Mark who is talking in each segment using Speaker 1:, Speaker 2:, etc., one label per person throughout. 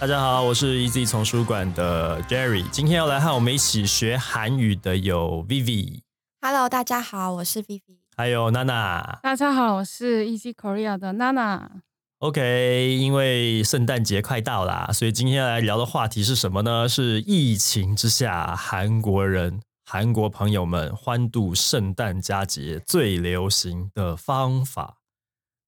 Speaker 1: 大家好，我是 Easy 丛书馆的 Jerry，今天要来和我们一起学韩语的有 Vivi，
Speaker 2: Hello，大家好，我是 Vivi。
Speaker 1: 还有娜娜。
Speaker 3: 大家好，我是 Easy Korea 的娜娜。
Speaker 1: OK，因为圣诞节快到啦，所以今天来聊的话题是什么呢？是疫情之下，韩国人、韩国朋友们欢度圣诞佳节最流行的方法。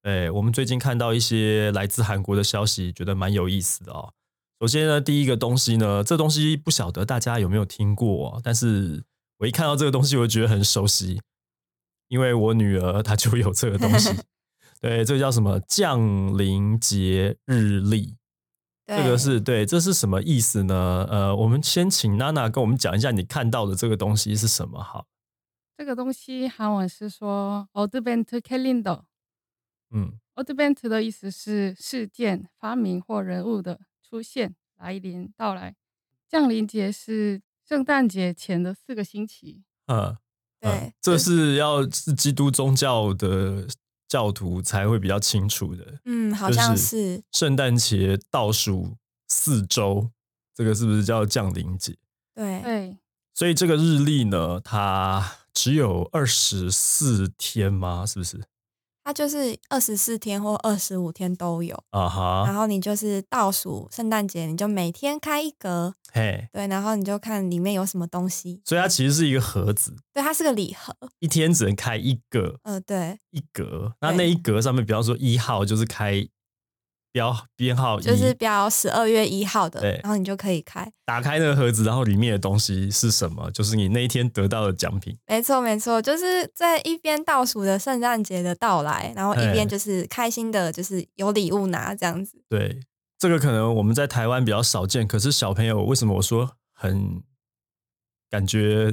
Speaker 1: 对我们最近看到一些来自韩国的消息，觉得蛮有意思的哦。首先呢，第一个东西呢，这东西不晓得大家有没有听过、哦但是我一看到这个东西，我就觉得很熟悉，因为我女儿她就有这个东西。对，这个叫什么降临节日历？
Speaker 2: 对
Speaker 1: 这个是对，这是什么意思呢？呃，我们先请娜娜跟我们讲一下你看到的这个东西是什么好。
Speaker 3: 这个东西韩文是说 Advent Calendar。
Speaker 1: 嗯
Speaker 3: Advent 的意思是事件、发明或人物的出现、来临、到来。降临节是圣诞节前的四个星期。
Speaker 1: 呃，呃
Speaker 2: 对，
Speaker 1: 这是要是基督宗教的教徒才会比较清楚的。
Speaker 2: 嗯，好
Speaker 1: 就
Speaker 2: 像
Speaker 1: 是
Speaker 2: 是
Speaker 1: 圣诞节倒数四周，这个是不是叫降临节？
Speaker 2: 对
Speaker 3: 对，
Speaker 1: 所以这个日历呢，它只有二十四天吗？是不是？
Speaker 2: 它就是二十四天或二十五天都有，
Speaker 1: 啊哈
Speaker 2: 然，后你就是倒数圣诞节，你就每天开一格，
Speaker 1: 嘿。
Speaker 2: 对，然后你就看里面有什么东西，
Speaker 1: 所以它其实是一个盒子，
Speaker 2: 对，它是个礼盒，
Speaker 1: 一天只能开一个
Speaker 2: 呃，对，
Speaker 1: 一格。那
Speaker 2: 对
Speaker 1: 那一格上面，比方说一号就是开标编号一，
Speaker 2: 就是标十二月一号的
Speaker 1: 对，
Speaker 2: 然后你就可以开，
Speaker 1: 打开那个盒子，然后里面的东西是什么，就是你那一天得到的奖品。
Speaker 2: 没错没错，就是在一边倒数的圣诞节的到来，然后一
Speaker 1: 对
Speaker 2: 边就是开心的，就是有礼物拿这样子，
Speaker 1: 对，这个可能我们在台湾比较少见，可是小朋友为什么我说很感觉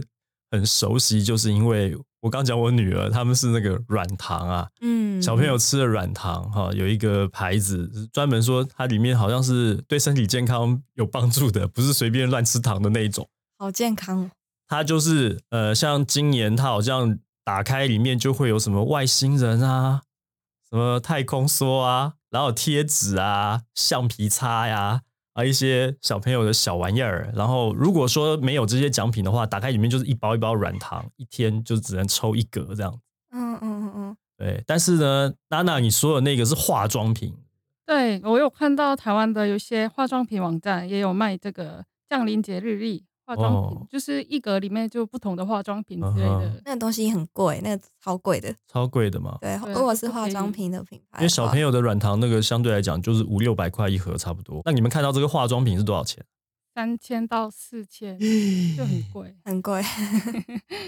Speaker 1: 很熟悉，就是因为我刚讲我女儿他们是那个软糖啊，
Speaker 2: 嗯，
Speaker 1: 小朋友吃的软糖哈，有一个牌子专门说它里面好像是对身体健康有帮助的，不是随便乱吃糖的那一种。
Speaker 2: 好健康哦，
Speaker 1: 它就是呃，像今年它好像打开里面就会有什么外星人啊，什么太空梭啊，然后贴纸啊、橡皮擦呀、啊。一些小朋友的小玩意儿，然后如果说没有这些奖品的话，打开里面就是一包一包软糖，一天就只能抽一格这样。
Speaker 2: 嗯嗯嗯嗯。
Speaker 1: 对，但是呢，娜娜，你说的那个是化妆品，
Speaker 3: 对我有看到台湾的有些化妆品网站也有卖这个降临节日历化妆品，
Speaker 1: 哦
Speaker 3: 就是一格里面就不同的化妆品之类
Speaker 1: 嗯
Speaker 3: 的。
Speaker 2: 那个东西很贵，那个超贵的。
Speaker 1: 超贵的嘛。
Speaker 2: 对，
Speaker 3: 对
Speaker 2: 如果是
Speaker 3: 就不
Speaker 2: 化
Speaker 3: 便宜
Speaker 2: 妆品的品牌的话，
Speaker 1: 因为小朋友的软糖那个相对来讲就是五六百块一盒差不多。那你们看到这个化妆品是多少钱？
Speaker 3: 三千到四千就很贵。
Speaker 2: 很贵，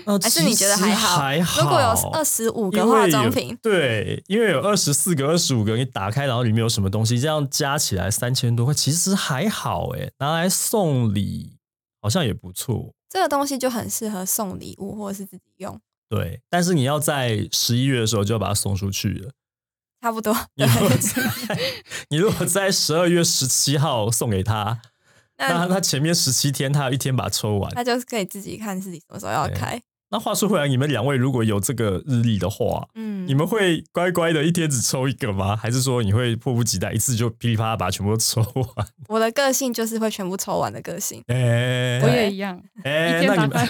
Speaker 1: 呃
Speaker 2: 还是你觉得
Speaker 1: 其实
Speaker 2: 还好？
Speaker 1: 还好。
Speaker 2: 如果有二十五个化妆品，
Speaker 1: 对，因为有二十四个、二十五个，你打开然后里面有什么东西，这样加起来三千多块，其实还好诶，拿来送礼好像也不错。
Speaker 2: 这个东西就很适合送礼物或者是自己用，
Speaker 1: 对，但是你要在十一月的时候就要把它送出去了。
Speaker 2: 差不多。
Speaker 1: 你
Speaker 2: 对，
Speaker 1: 如果在 你如果在十二月十七号送给他，
Speaker 3: 嗯
Speaker 1: 那
Speaker 2: 那
Speaker 1: 他前面十七天他有一天把它抽完。
Speaker 2: 那就是可以自己看自己什么时候要
Speaker 1: 对
Speaker 2: 开。
Speaker 1: 那话说回来，你们两位如果有这个日历的话，
Speaker 2: 嗯，
Speaker 1: 你们会乖乖的一天只抽一个吗？还是说你会迫不及待一次就噼里啪啦把它全部都抽完？
Speaker 2: 我的个性就是会全部抽完的个性。
Speaker 1: 哎、
Speaker 3: 我也一样，
Speaker 1: 哎、
Speaker 3: 一天
Speaker 1: 那
Speaker 3: 打
Speaker 1: 你们
Speaker 3: 开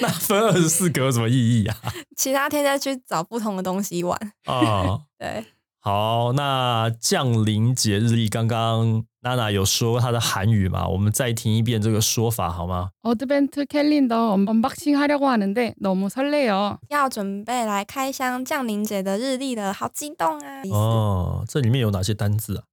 Speaker 1: 那分二十四格有什么意义啊？
Speaker 2: 其他天再去找不同的东西玩。
Speaker 1: 啊、
Speaker 2: 对，
Speaker 1: 好，那降临节日历，刚刚娜娜有说她的韩语嘛？我们再听一遍这个说法好吗？
Speaker 3: 어드벤트 캘린더 언- 언박싱 하려고 하는데 너무 설레요.
Speaker 2: 要准备来开箱降临节的日历了，好激动啊！
Speaker 1: 哦哦，这里面有哪些单字啊？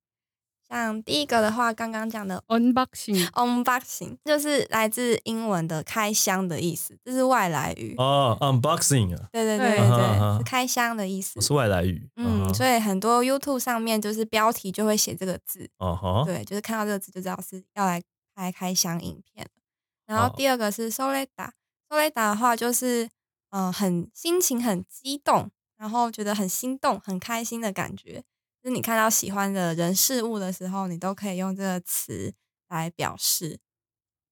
Speaker 2: 像第一个的话，刚刚讲的
Speaker 3: unboxing
Speaker 2: unboxing 就是来自英文的开箱的意思，这是外来语。
Speaker 1: 哦，unboxing 啊，
Speaker 2: 对对对对
Speaker 3: 对
Speaker 1: 啊哈啊哈
Speaker 2: 对，是开箱的意思
Speaker 1: 我。是外来语。啊
Speaker 2: 嗯，
Speaker 1: 哼
Speaker 2: 所以很多 YouTube 上面就是标题就会写这个字，
Speaker 1: 哦哈，
Speaker 2: 对，就是看到这个字就知道是要来拍开箱影片了。然后第二个是 soleda，soleda 的话就是呃很心情很激动，然后觉得很心动、很开心的感觉。就是你看到喜欢的人事物的时候，你都可以用这个词来表示。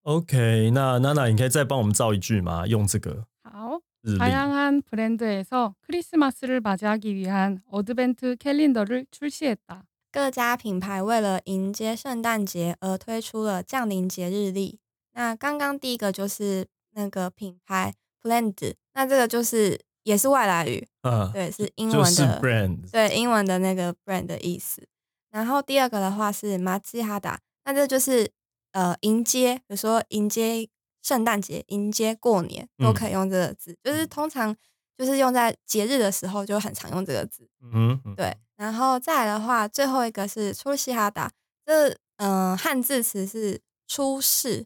Speaker 1: OK，那娜娜，你可以再帮我们造一句吗？用这个
Speaker 3: 다
Speaker 1: 日历。
Speaker 3: 다양한 브랜드에서 크리스마스를 맞이하기 위한 어드벤트 캘린더를 출시했다.
Speaker 2: 各家品牌为了迎接圣诞节而推出了降临节日历。那刚刚第一个就是那个品牌 Blend，那这个就是也是外来语，
Speaker 1: 嗯，
Speaker 2: 对，是英
Speaker 1: 就
Speaker 2: 文
Speaker 1: 是
Speaker 2: 的
Speaker 1: brand。
Speaker 2: 对，英文的那个 brand 的意思。然后第二个的话是马吉哈达，那这就是呃迎接，比如说迎接圣诞节、迎接过年都
Speaker 1: 嗯
Speaker 2: 可以用这个字，就是
Speaker 1: 嗯
Speaker 2: 通常就是用在节日的时候就很常用这个字。
Speaker 1: 嗯哼，嗯
Speaker 2: 对，然后再来的话，最后一个是出西哈达，这嗯、呃汉字词是出世，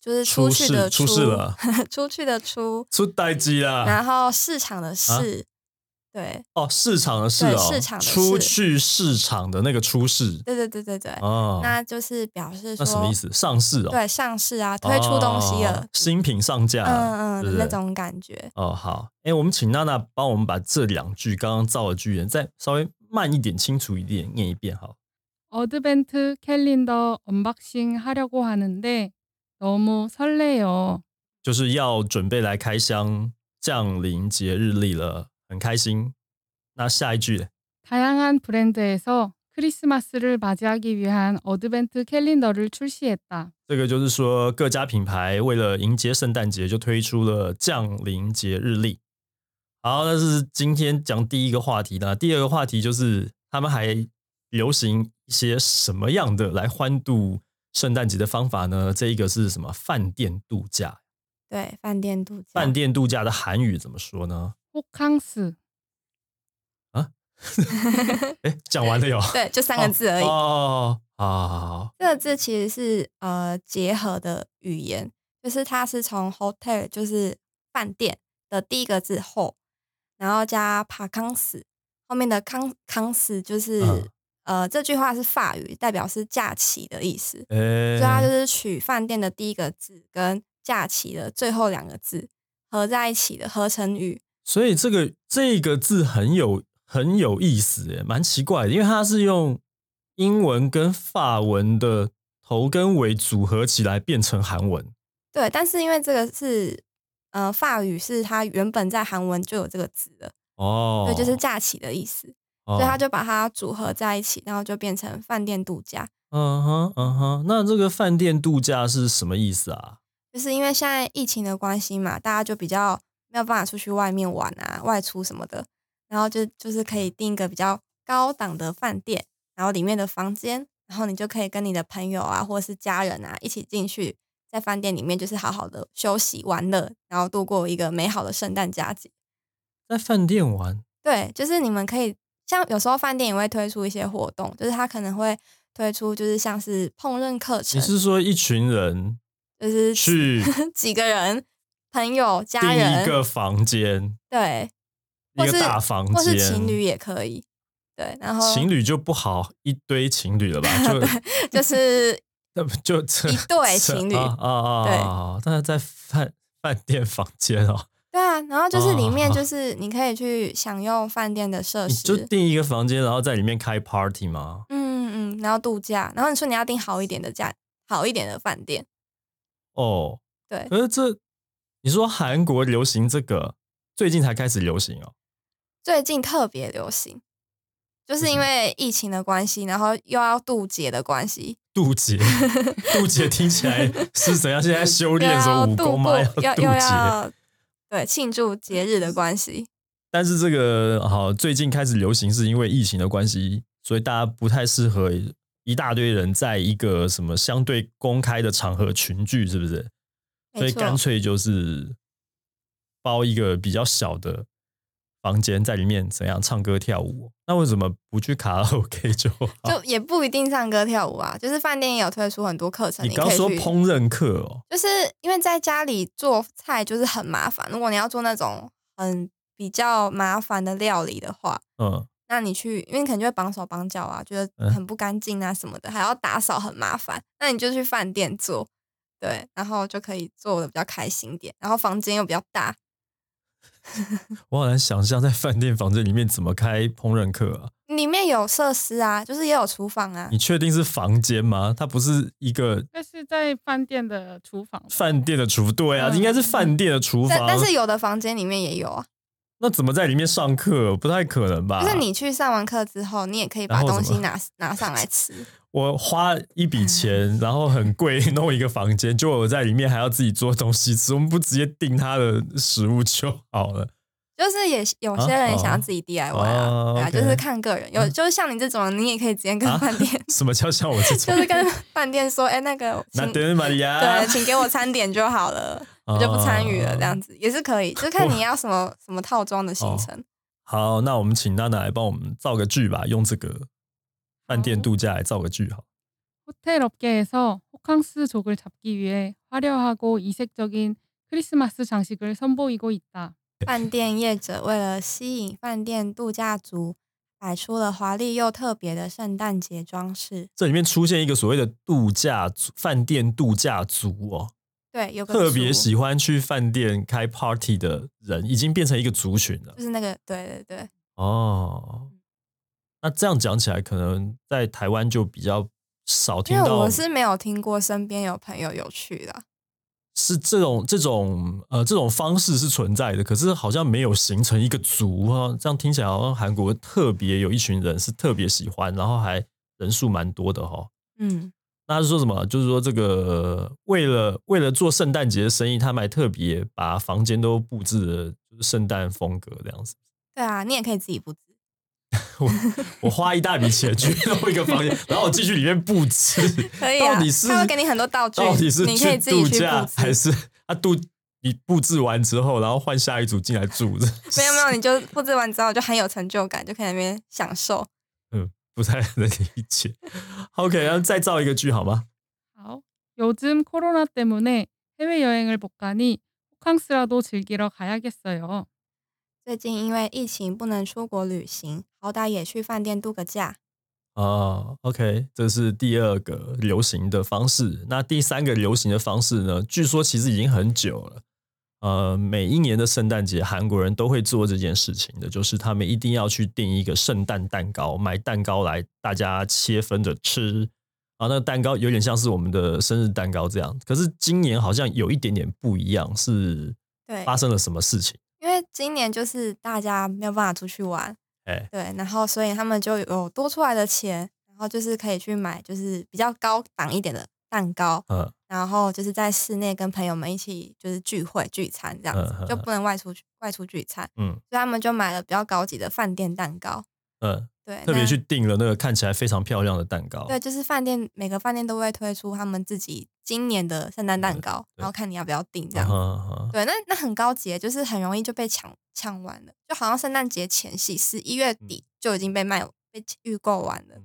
Speaker 2: 就是出
Speaker 1: 出
Speaker 2: 去
Speaker 1: 世
Speaker 2: 的
Speaker 1: 出
Speaker 2: 出，
Speaker 1: 世 了啊
Speaker 2: 出去的出，
Speaker 1: 出代机啦。
Speaker 2: 然后市场
Speaker 1: 啊
Speaker 2: 的市，对，
Speaker 1: 哦，市场的市
Speaker 2: 对
Speaker 1: 哦，
Speaker 2: 市场的市
Speaker 1: 出去市场的那个出市
Speaker 2: 对对对对对，
Speaker 1: 哦，
Speaker 2: 那就是表示说
Speaker 1: 那什么意思？上市哦，
Speaker 2: 对，上市啊，推出东西了
Speaker 1: 哦，新品上架，
Speaker 2: 嗯嗯
Speaker 1: 对不对
Speaker 2: 的那种感觉。
Speaker 1: 哦，好，哎，我们请娜娜帮我们把这两句刚刚造的句言再稍微慢一点、清楚一点念一遍，好。
Speaker 3: 어드벤트 캘린더 언박싱 하려고 하는데 너무 설레요.
Speaker 1: 就是要准备来开箱降临节日历了，很开心。那下一句嘞
Speaker 3: 다양한 브랜드에서 크리스마스를 맞이하기 위한 어드벤트 캘린더를 출시했다.
Speaker 1: 这个就是说，各家品牌为了迎接圣诞节，就推出了降临节日历。好，那是今天讲第一个话题呢。第二个话题就是他们还流行一些什么样的来欢度圣诞节的方法呢？这一个是什么？饭店度假。
Speaker 2: 对，饭店度假，
Speaker 1: 饭店度假的韩语怎么说呢？
Speaker 3: 호캉스
Speaker 1: 哎，讲完了哟。
Speaker 2: 对，就三个字而已。
Speaker 1: 哦哦哦哦，
Speaker 2: 这个字其实是呃结合的语言，就是它是从 hotel 就是饭店的第一个字后，然后加 p a k a n s 后面的康康斯就是、
Speaker 1: 嗯
Speaker 2: 呃这句话是法语，代表是假期的意思，
Speaker 1: 哎、
Speaker 2: 所以它就是取饭店的第一个字跟假期的最后两个字合在一起的合成语。
Speaker 1: 所以这个这个字很有很有意思耶，蛮奇怪的，因为它是用英文跟法文的头跟尾组合起来变成韩文。
Speaker 2: 对，但是因为这个是呃法语是它原本在韩文就有这个字的，
Speaker 1: 哦，
Speaker 2: 对，就是假期的意思。
Speaker 1: 哦
Speaker 2: 所以他就把它组合在一起，然后就变成饭店度假。
Speaker 1: 嗯哼嗯哼，那这个饭店度假是什么意思啊？
Speaker 2: 就是因为现在疫情的关系嘛，大家就比较没有办法出去外面玩啊、外出什么的，然后就就是可以订一个比较高档的饭店，然后里面的房间，然后你就可以跟你的朋友啊，或者是家人啊一起进去，在饭店里面就是好好的休息玩乐，然后度过一个美好的圣诞佳节。
Speaker 1: 在饭店玩
Speaker 2: 对，就是你们可以像有时候饭店也会推出一些活动，就是他可能会推出就是像是烹饪课程
Speaker 1: 你，是说一群人
Speaker 2: 就是
Speaker 1: 去
Speaker 2: 几个人，朋友、家
Speaker 1: 订
Speaker 2: 人，
Speaker 1: 一个房间，
Speaker 2: 对，
Speaker 1: 一
Speaker 2: 或
Speaker 1: 个
Speaker 2: 是
Speaker 1: 大房间，
Speaker 2: 或是情侣也可以，对，然后
Speaker 1: 情侣就不好，一堆情侣了 吧？就
Speaker 2: 就是
Speaker 1: 那不就这
Speaker 2: 一对情侣
Speaker 1: 啊啊啊！
Speaker 2: 对
Speaker 1: 啊，但是在饭饭店房间哦，
Speaker 2: 对啊，然后就是里面
Speaker 1: 哦
Speaker 2: 就是你可以去享用饭店的设
Speaker 1: 你就
Speaker 2: 施，
Speaker 1: 订一个房间，然后在里面开 party 吗？
Speaker 2: 嗯嗯，然后度假，然后你说你要订好一点的价，好一点的饭店，
Speaker 1: 哦，
Speaker 2: 对，
Speaker 1: 可是这你说韩国流行这个，最近才开始流行哦。
Speaker 2: 最近特别流行。就是
Speaker 1: 嗯
Speaker 2: 因为疫情的关系，然后又要渡劫的关系，
Speaker 1: 渡劫，渡劫听起来是怎样？现在修
Speaker 2: 又
Speaker 1: 炼什么
Speaker 2: 要
Speaker 1: 武
Speaker 2: 度
Speaker 1: 功吗？
Speaker 2: 啊过，
Speaker 1: 要渡
Speaker 2: 又又
Speaker 1: 劫。
Speaker 2: 要对庆祝节日的关系。
Speaker 1: 但是这个好，最近开始流行是因为疫情的关系，所以大家不太适合一大堆人在一个什么相对公开的场合群聚，是不是？所
Speaker 2: 没
Speaker 1: 以
Speaker 2: 错
Speaker 1: 干脆就是包一个比较小的房间，在里面怎样唱歌跳舞。那为什么不去卡拉 OK 就好？
Speaker 2: 就也不一定唱歌跳舞啊，就是饭店也有推出很多课程，
Speaker 1: 你
Speaker 2: 可
Speaker 1: 刚
Speaker 2: 以
Speaker 1: 说
Speaker 2: 去
Speaker 1: 烹饪课哦，
Speaker 2: 就是因为在家里做菜就是很麻烦，如果你要做那种很比较麻烦的料理的话，
Speaker 1: 嗯，
Speaker 2: 那你去，因为可能就会绑手绑脚啊，觉得
Speaker 1: 嗯
Speaker 2: 很不干净啊什么的，还要打扫，很麻烦。那你就去饭店做，对，然后就可以做的比较开心一点，然后房间又比较大，
Speaker 1: 我好难想象在饭店房间里面怎么开烹饪课啊。
Speaker 2: 里面有设施啊，就是也有厨房啊
Speaker 1: 你，确定是房间吗？它不是一个
Speaker 3: 那是在饭店的厨房吧，
Speaker 1: 饭店的厨，对啊，
Speaker 3: 嗯
Speaker 1: 应该是饭店的厨
Speaker 2: 但
Speaker 1: 房。
Speaker 2: 但是有的房间里面也有啊，
Speaker 1: 那怎么在里面上课？不太可能吧？
Speaker 2: 就是你去上完课之后，你也可以把
Speaker 1: 啊然后
Speaker 2: 东
Speaker 1: 什么
Speaker 2: 西拿拿 上来吃，
Speaker 1: 我花一笔
Speaker 2: 嗯
Speaker 1: 钱，然后很贵弄一个房间，结果我在里面还要自己做东西吃，我们不直接订他的食物就好了。
Speaker 2: 就是也有些人也想要自己 DIY
Speaker 1: 啊哦
Speaker 2: 啊，对啊，
Speaker 1: ，OK
Speaker 2: 就是看个人，有
Speaker 1: 嗯
Speaker 2: 就是像你这种人，你也可以直接跟
Speaker 1: 啊
Speaker 2: 饭店，
Speaker 1: 什么叫像我这种？
Speaker 2: 就是跟饭店说，哎，那个
Speaker 1: 那啊
Speaker 2: 请
Speaker 1: 德玛利亚，
Speaker 2: 对，请给我餐点就好了，
Speaker 1: 哦
Speaker 2: 我就不参与了，这样子也是 可以，就看你要什么什么套装的行
Speaker 1: 哦
Speaker 2: 程。
Speaker 1: 好，那我们请娜娜来帮我们造个句吧，用这个饭店度假来造个
Speaker 2: 哦
Speaker 1: 句好。
Speaker 3: 호텔 업계에서 호캉스 족을 잡기 위해 화려하고 이색적인 크리스마스 장식을 선보이고 있다.
Speaker 2: 饭店业者为了吸引饭店度假族，摆出了华丽又特别的圣诞节装饰。
Speaker 1: 这里面出现一个所谓的度假族，饭店度假族哦，
Speaker 2: 对，有个
Speaker 1: 特别
Speaker 2: 族
Speaker 1: 喜欢去饭店开 party 的人，已经变成一个族群了。
Speaker 2: 就是那个，对对对，嗯
Speaker 1: 哦，那这样讲起来，可能在台湾就比较少听
Speaker 2: 因为
Speaker 1: 到，
Speaker 2: 我是没有听过身边有朋友有去的，
Speaker 1: 是这种这种呃这种方式是存在的，可是好像没有形成一个族啊。这样听起来好像韩国特别有一群人是特别喜欢，然后还人数蛮多的哈、
Speaker 2: 嗯，
Speaker 1: 那他是说什么？就是说这个为了为了做圣诞节的生意，他们还特别把房间都布置的就是圣诞风格这样子。
Speaker 2: 对啊，你也可以自己布置。
Speaker 1: 我我花一大笔钱去弄一个房间，然后我进去里面布置，
Speaker 2: 可以啊
Speaker 1: 到底是
Speaker 2: 他会给你很多道具
Speaker 1: 到底是
Speaker 2: 你可以自己
Speaker 1: 度
Speaker 2: 去布
Speaker 1: 假
Speaker 2: 置
Speaker 1: 还是他度你布置完之后，然后换下一组进来住？
Speaker 2: 没有没有，你就布置完之后就很有成就感，就可以在那边享受。
Speaker 1: 嗯， 不太能理解。OK，然后再造一个句好吗？
Speaker 3: 아오. 요즘 코로나 때문에 해외여행을 못 가니 호캉스라도 즐기러 가야겠어요.
Speaker 2: 最近因为疫情不能出国旅行，好歹也去饭店度个假。
Speaker 1: 啊，OK，这是第二个流行的方式。那第三个流行的方式呢？据说其实已经很久了。呃，每一年的圣诞节，韩国人都会做这件事情的，就是他们一定要去订一个圣诞蛋糕，买蛋糕来大家切分着吃。啊，那个蛋糕有点像是我们的生日蛋糕这样，可是今年好像有一点点不一样，是
Speaker 2: 对，
Speaker 1: 发生了什么事情？
Speaker 2: 因为今年就是大家没有办法出去玩，
Speaker 1: 哎
Speaker 2: 对，然后所以他们就有多出来的钱，然后就是可以去买就是比较高档一点的蛋糕，
Speaker 1: 嗯，
Speaker 2: 然后就是在室内跟朋友们一起就是聚会聚餐这样子
Speaker 1: 嗯嗯，嗯
Speaker 2: 就不能外出外出聚餐，
Speaker 1: 嗯
Speaker 2: 所以他们就买了比较高级的饭店蛋糕，
Speaker 1: 嗯，
Speaker 2: 对，
Speaker 1: 特别
Speaker 2: 那
Speaker 1: 去订了那个看起来非常漂亮的蛋糕。
Speaker 2: 对，就是饭店每个饭店都会推出他们自己今年的圣诞蛋糕，
Speaker 1: 对
Speaker 2: 然后看你要不要订这
Speaker 1: 嗯
Speaker 2: 样。
Speaker 1: 哼，嗯哼
Speaker 2: 对，那那很高级耶，就是很容易就被抢抢完了，就好像圣诞节前夕十一月
Speaker 1: 嗯
Speaker 2: 底就已经被卖被预购完了。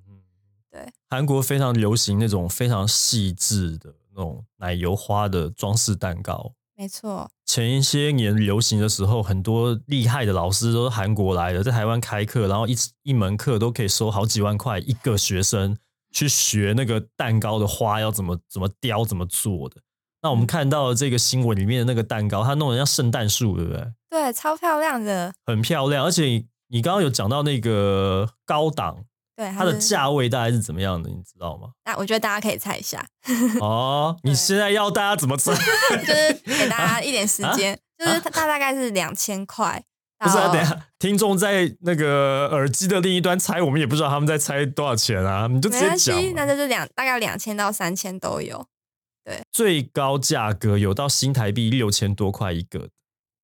Speaker 2: 对，
Speaker 1: 韩国非常流行那种非常细致的那种奶油花的装饰蛋糕。
Speaker 2: 没错，
Speaker 1: 前一些年流行的时候，很多厉害的老师都是韩国来的，在台湾开课，然后一一门课都可以收好几万块一个学生去学那个蛋糕的花要怎么怎么雕怎么做的。那我们看到的这个新闻里面的那个蛋糕，它弄得像圣诞树，对不对？
Speaker 2: 对，超漂亮的，
Speaker 1: 很漂亮，而且你你刚刚有讲到那个高档，
Speaker 2: 对，
Speaker 1: 它的，价位大概是怎么样的，你知道吗？
Speaker 2: 那我觉得大家可以猜一下，
Speaker 1: 哦，你
Speaker 2: 对
Speaker 1: 现在要大家怎么猜？
Speaker 2: 就是给大家一点时间，就是它它大概是两千块。
Speaker 1: 啊不是、啊，
Speaker 2: 到
Speaker 1: 等一下，听众在那个耳机的另一端猜，我们也不知道他们在猜多少钱啊，你就直
Speaker 2: 没
Speaker 1: 接
Speaker 2: 关系，那
Speaker 1: 讲嘛。
Speaker 2: 就是两大概两千到三千都有。
Speaker 1: 最高价格有到新台币六千多块一个，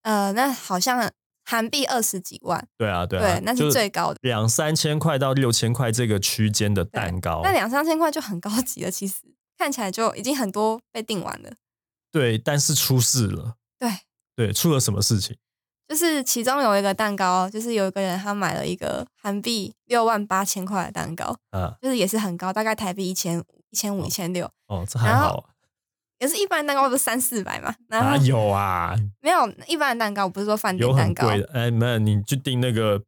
Speaker 2: 呃，那好像韩币二十几万，
Speaker 1: 对啊，对啊，
Speaker 2: 对，那是
Speaker 1: 就
Speaker 2: 最高的。
Speaker 1: 两三千块到六千块这个区间的蛋糕
Speaker 2: 那，两三千块就很高级了，其实 看起来就已经很多被订完了。
Speaker 1: 对，但是出事了，
Speaker 2: 对，
Speaker 1: 对，出了什么事情？
Speaker 2: 就是其中有一个蛋糕，就是有一个人他买了一个韩币六万八千块的蛋糕，
Speaker 1: 啊，
Speaker 2: 就是也是很高，大概台币一千一千五一千六，
Speaker 1: 哦，这还
Speaker 2: 然后
Speaker 1: 好，
Speaker 2: 也是一般蛋糕不是三四百嘛，然
Speaker 1: 哪
Speaker 2: 后
Speaker 1: 有啊？
Speaker 2: 没有一般的蛋糕，我不是说饭
Speaker 1: 有
Speaker 2: 店蛋
Speaker 1: 很
Speaker 2: 糕，
Speaker 1: 贵的，哎，没有，你去订那个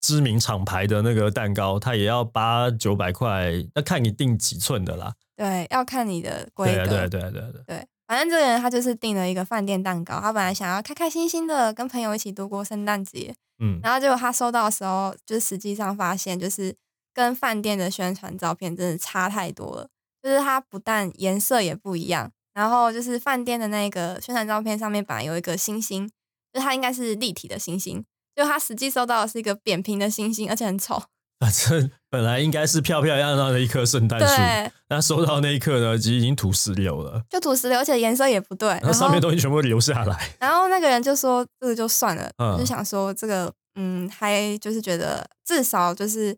Speaker 1: 知名厂牌的那个蛋糕，它也要八九百块，那看你订几寸的啦。
Speaker 2: 对，要看你的规
Speaker 1: 对
Speaker 2: 格，
Speaker 1: 啊，对啊，对啊，对啊，对啊
Speaker 2: 对，反正这个人他就是订了一个饭店蛋糕，他本来想要开开心心的跟朋友一起度过圣诞节，
Speaker 1: 嗯，
Speaker 2: 然后结果他收到的时候，就实际上发现，就是跟饭店的宣传照片真的差太多了，就是它不但颜色也不一样，然后就是饭店的那个宣传照片上面本来有一个星星，就它应该是立体的星星，就他实际收到的是一个扁平的星星，而且很丑，
Speaker 1: 反正本来应该是漂漂亮亮的一棵圣诞树，
Speaker 2: 对，
Speaker 1: 那收到那一刻呢，其实已经土石流了，
Speaker 2: 就土石流，而且颜色也不对，
Speaker 1: 然后上面东西全部流下来。
Speaker 2: 然后那个人就说这个就算了，
Speaker 1: 嗯
Speaker 2: 就想说这个嗯，还就是觉得至少就是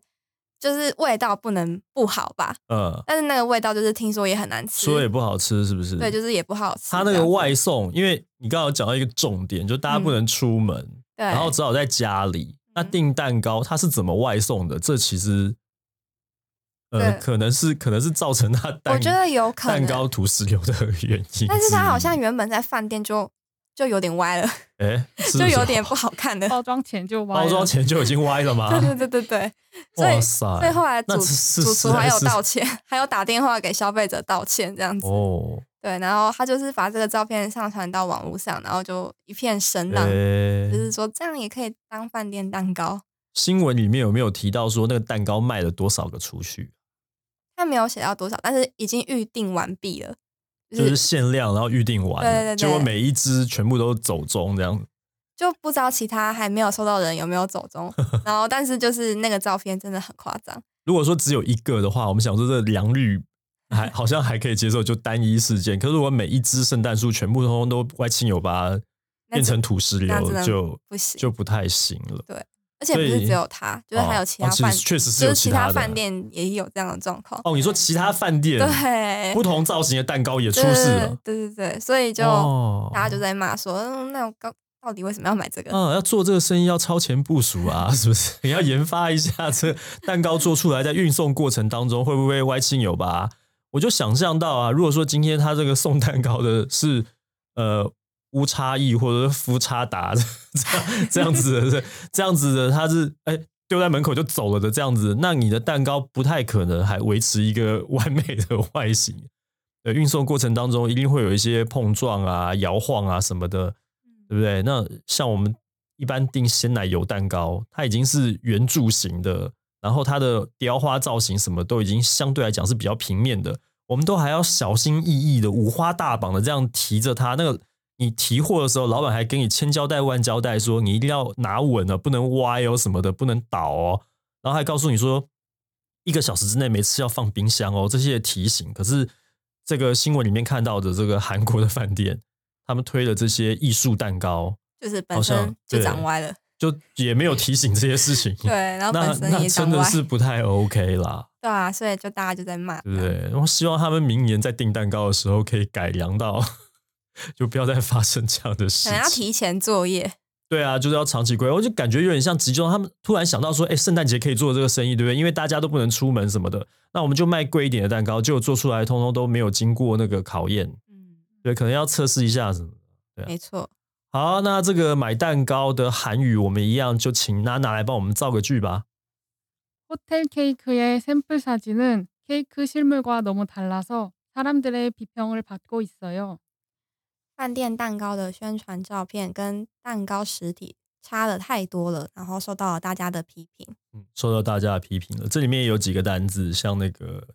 Speaker 2: 就是味道不能不好吧，
Speaker 1: 嗯，
Speaker 2: 但是那个味道就是听说也很难吃，
Speaker 1: 说也不好吃，是不是？
Speaker 2: 对，就是也不好吃这
Speaker 1: 他
Speaker 2: 样
Speaker 1: 那
Speaker 2: 子。
Speaker 1: 个外送，因为你刚好讲到一个重点，就大家不
Speaker 2: 嗯
Speaker 1: 能出门，
Speaker 2: 对，
Speaker 1: 然后只好在家里。那
Speaker 2: 哎嗯
Speaker 1: 订蛋糕它是怎么外送的？这其实，呃，
Speaker 2: 对
Speaker 1: 可能是可能是造成他蛋
Speaker 2: 我觉得有可
Speaker 1: 蛋
Speaker 2: 能，
Speaker 1: 糕吐石流的原因。
Speaker 2: 但是他好像，原本在饭店就就有点歪了，
Speaker 1: 哎，是不哦
Speaker 2: 就是有点不好看的。
Speaker 3: 包装前就歪了
Speaker 1: 包装前就已经歪了吗？
Speaker 2: 对对对对对，所以
Speaker 1: 哇塞！
Speaker 2: 所以后来
Speaker 1: 啊哎那
Speaker 2: 主
Speaker 1: 是是
Speaker 2: 主
Speaker 1: 是
Speaker 2: 厨还有
Speaker 1: 是
Speaker 2: 道歉，还有打电话给消费者道歉这样子。
Speaker 1: 哦，
Speaker 2: 对，然后他就是把这个照片上传到网络上，然后就一片声浪，
Speaker 1: 哎
Speaker 2: 嗯就是说这样也可以当饭店蛋糕。
Speaker 1: 新闻里面有没有提到说那个蛋糕卖了多少个啊出去？
Speaker 2: 他没有写到多少，但是已经预定完毕了，就
Speaker 1: 就是
Speaker 2: 是
Speaker 1: 限量，然后预定完了，
Speaker 2: 对对对
Speaker 1: 结果每一只全部都走中这样子。
Speaker 2: 就不知道其他还没有收到的人有没有走 中。然后，但是就是那个照片真的很夸张，
Speaker 1: 如果说只有一个的话，我们想说这良率 还好像还可以接受，就单一事件。可是如果每一只圣诞树全部通通都歪七扭八，
Speaker 2: 那
Speaker 1: 变
Speaker 2: 只
Speaker 1: 成土石
Speaker 2: 那只
Speaker 1: 流，
Speaker 2: 能
Speaker 1: 就
Speaker 2: 不行
Speaker 1: 就不太行了。
Speaker 2: 而且不
Speaker 1: 所
Speaker 2: 是
Speaker 1: 以
Speaker 2: 只有他，就是还有其他
Speaker 1: 哦哦其实
Speaker 2: 饭，
Speaker 1: 确实是
Speaker 2: 就
Speaker 1: 有
Speaker 2: 是
Speaker 1: 其
Speaker 2: 其
Speaker 1: 他的
Speaker 2: 他饭店也有这样的状况。
Speaker 1: 哦，你说其他饭店
Speaker 2: 对，
Speaker 1: 不同造型的蛋糕也出
Speaker 2: 对
Speaker 1: 事了，
Speaker 2: 对对对，所以就
Speaker 1: 哦
Speaker 2: 大家就在骂说，嗯，那我刚到底为什么要买这个？
Speaker 1: 啊，要做这个生意要超前部署啊，是不是？ 你要研发一下这蛋糕做出来，在运送过程当中会不会歪七扭八？我就想象到啊，如果说今天他这个送蛋糕的是呃乌差异或者是夫差达这样这样子的， 这样子的他是哎。丢在门口就走了的这样子，那你的蛋糕不太可能还维持一个 完美的外形。呃，运送过程当中一定会有一些碰撞啊、摇晃啊什么的，对不对？那像我们一般订鲜奶油蛋糕，它已经是圆柱形的，然后它的雕花造型什么都已经相对来讲是比较平面的，我们都还要小心翼翼的、五花大绑的这样提着它。那个你提货的时候，老板还给你千交代万交代说，你一定要拿稳了，不能歪哦什么的，不能倒哦。然后还告诉你说，一个小时之内没吃要放冰箱哦，这些提醒。可是这个新闻里面看到的这个韩国的饭店，他们推了这些艺术蛋糕，
Speaker 2: 就是
Speaker 1: 好
Speaker 2: 本
Speaker 1: 像
Speaker 2: 身就
Speaker 1: 对
Speaker 2: 长歪了，
Speaker 1: 就也没有提醒这些事情。
Speaker 2: 对，然后
Speaker 1: 那
Speaker 2: 本身
Speaker 1: 那
Speaker 2: 也
Speaker 1: 真
Speaker 2: 长
Speaker 1: 的
Speaker 2: 歪，
Speaker 1: 是不太 OK 啦，
Speaker 2: 对啊，所以就大家就在骂，
Speaker 1: 对不对？我希望他们明年在订蛋糕的时候可以改良到， 就不要再发生这样的事
Speaker 2: 可能要
Speaker 1: 情。
Speaker 2: 提前作业，
Speaker 1: 对啊，就是要长期规划。我就感觉有点像集中，他们突然想到说，哎，圣诞节可以做这个生意，对不对？因为大家都不能出门什么的，那我们就卖贵一点的蛋糕，结果做出来通通都没有经过那个考验，
Speaker 2: 嗯，
Speaker 1: 对，可能要测试一下什么的。
Speaker 2: 没错，
Speaker 1: 好，那这个买蛋糕的韩语，我们一样就请娜娜来帮我们造个句吧。
Speaker 3: 호텔 케이크의 샘플 사진은 케이크 실물과 너무 달라서 사람들의 비평을 받고 있어요.
Speaker 2: 饭店蛋糕的宣传照片跟蛋糕实体差的太多了，然后受到了大家的批评，
Speaker 1: 嗯，受到大家的批评了。这里面有几个单字，像那个，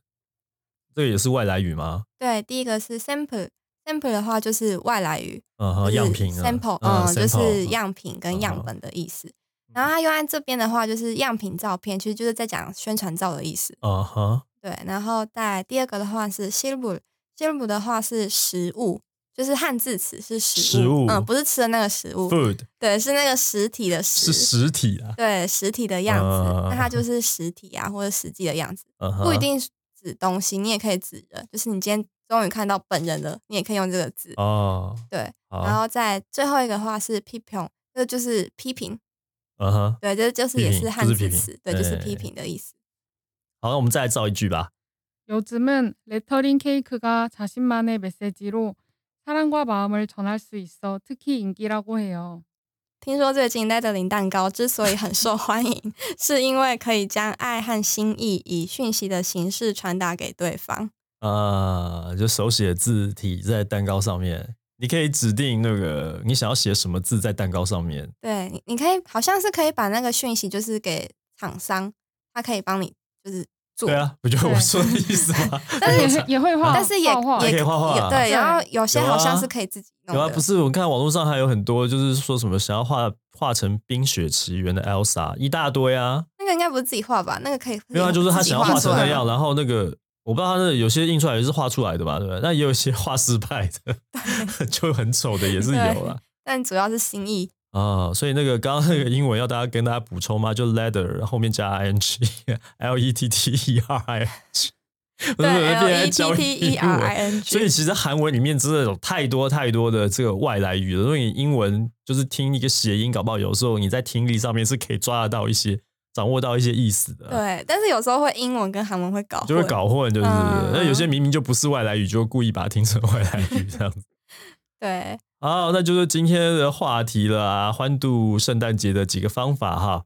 Speaker 1: 这个也是外来语吗？
Speaker 2: 对，第一个是 sample，sample 的话就是外来语，
Speaker 1: 嗯哼，
Speaker 2: 就是
Speaker 1: 样品啊
Speaker 2: sample，
Speaker 1: 嗯
Speaker 2: 嗯，就是
Speaker 1: ，sample，
Speaker 2: 样品
Speaker 1: 嗯
Speaker 2: 跟样本的意思。然后它用在这边的话，就是样品照片，其实就是在讲宣传照的意思。
Speaker 1: 嗯哼，
Speaker 2: 对，然后再来第二个的话是 silver，silver 的话是食物，就是汉字词是食
Speaker 1: 食物
Speaker 2: 嗯，不是吃的那个食物，
Speaker 1: food
Speaker 2: 对，是那个实体的
Speaker 1: 是
Speaker 2: 实，
Speaker 1: 实体啊，
Speaker 2: 对，实体的样子，
Speaker 1: 嗯
Speaker 2: 那它就是实体啊，或者实际的样子，
Speaker 1: 嗯哼，
Speaker 2: 不一定是指东西，你也可以指人，就是你今天终于看到本人了，你也可以用这个字，
Speaker 1: 哦。
Speaker 2: 对，然
Speaker 1: 好，
Speaker 2: 后再最后一个的话是 people，就这就是批评，
Speaker 1: 嗯哼，
Speaker 2: 对，这就是也
Speaker 1: 批评
Speaker 2: 是汉
Speaker 1: 就是批
Speaker 2: 字
Speaker 1: 评
Speaker 2: 词，对，就是批
Speaker 1: 哎
Speaker 2: 评的意思。
Speaker 1: 好，那我们再来造一句吧。
Speaker 3: 요즘은 레터링 케이크가 자신만의 메시지로 사랑과 마음을 전할 수 있어 특히 인기라고 해요.
Speaker 2: 听说最近 Lettering 蛋糕之所以很受欢迎， 是因为可以将爱和心意以讯息的形式传达给对方。
Speaker 1: 啊，就手写字体在蛋糕上面，你可以指定那个你想要写什么字在蛋糕上面。
Speaker 2: 对，你你可以好像是可以把那个讯息就是给厂商，他可以帮你就是做，
Speaker 1: 对啊，不就我
Speaker 3: 对
Speaker 1: 说的意思吗？
Speaker 2: 但是
Speaker 3: 也
Speaker 2: 也
Speaker 3: 会也会画，
Speaker 2: 但是也
Speaker 3: 画画
Speaker 1: 还
Speaker 2: 也
Speaker 1: 可以画画
Speaker 2: 也对，
Speaker 3: 对
Speaker 2: 然后有些
Speaker 1: 有啊
Speaker 2: 好像是可以自己弄
Speaker 1: 有
Speaker 2: 的，
Speaker 1: 啊，不是，我看网络上还有很多，就是说什么想要画画成《冰雪奇缘》的 Elsa，一大堆啊。
Speaker 2: 那个应该不是自己画吧？那个可以，
Speaker 1: 没有啊，就是他
Speaker 2: 自己
Speaker 1: 想要画
Speaker 2: 画
Speaker 1: 成
Speaker 2: 出
Speaker 1: 那
Speaker 2: 来
Speaker 1: 样，然后那个我不知道他那有些印出来也是画出来的吧，对不对？那也有一些画失败的， 就很丑的也是有啦。
Speaker 2: 但主要是心 意。
Speaker 1: 啊、所以那个刚刚那个英文要大家跟大家补充吗？就 leather 后面加 i n g l e t t e r i n g，
Speaker 2: 对，L
Speaker 1: 变成
Speaker 2: E T
Speaker 1: 教
Speaker 2: T E
Speaker 1: 英
Speaker 2: R
Speaker 1: 文
Speaker 2: I N
Speaker 1: 所以
Speaker 2: G。
Speaker 1: 其实韩文里面真的有太多太多的这个外来语了，所以英文就是听一个谐音，搞不好有时候你在听力上面是可以抓得到一些、掌握到一些意思的。
Speaker 2: 对，但是有时候会英文跟韩文会搞混，
Speaker 1: 就会搞混，就是
Speaker 2: 嗯
Speaker 1: 那、有些明明就不是外来语，就故意把它听成外来语这样子。
Speaker 2: 对，
Speaker 1: 好，那就是今天的话题了啊，欢度圣诞节的几个方法哈，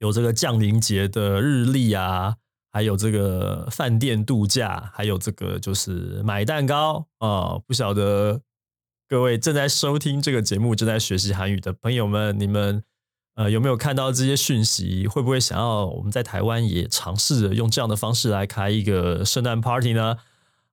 Speaker 1: 有这个降临节的日历啊，还有这个饭店度假，还有这个就是买蛋糕啊、不晓得各位正在收听这个节目、正在学习韩语的朋友们，你们呃有没有看到这些讯息？会不会想要我们在台湾也尝试着用这样的方式来开一个圣诞 party 呢？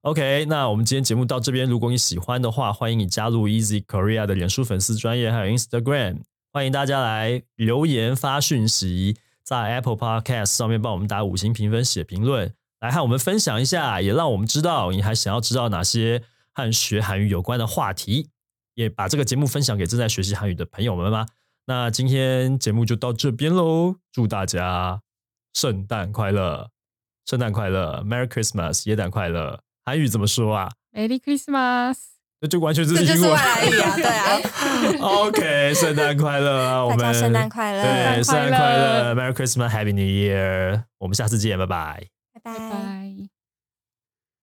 Speaker 1: OK，那我们今天节目到这边。如果你喜欢的话，欢迎你加入 Easy Korea 的脸书粉丝专业，还有 Instagram，欢迎大家来留言发讯息，在 Apple Podcast 上面帮我们打五星评分、写评论，来和我们分享一下，也让我们知道你还想要知道哪些和学韩语有关的话题，也把这个节目分享给正在学习韩语的朋友们吧。那今天节目就到这边喽，祝大家圣诞快乐，圣诞快乐，Merry Christmas，耶诞快乐。韩语怎么说啊？
Speaker 3: 메리 크리스마스。
Speaker 1: 那就完全就是
Speaker 2: 这就
Speaker 1: 英
Speaker 2: 是
Speaker 1: 文。
Speaker 2: 外来语啊，对啊。
Speaker 1: OK，圣诞快乐啊！我
Speaker 2: 大家
Speaker 1: 们
Speaker 2: 圣诞快乐，
Speaker 1: 对，圣
Speaker 3: 圣
Speaker 1: 诞快
Speaker 3: 诞快乐
Speaker 1: 乐，Merry Christmas，Happy New Year。我们下次见，拜拜。
Speaker 2: 拜拜。
Speaker 3: 拜拜。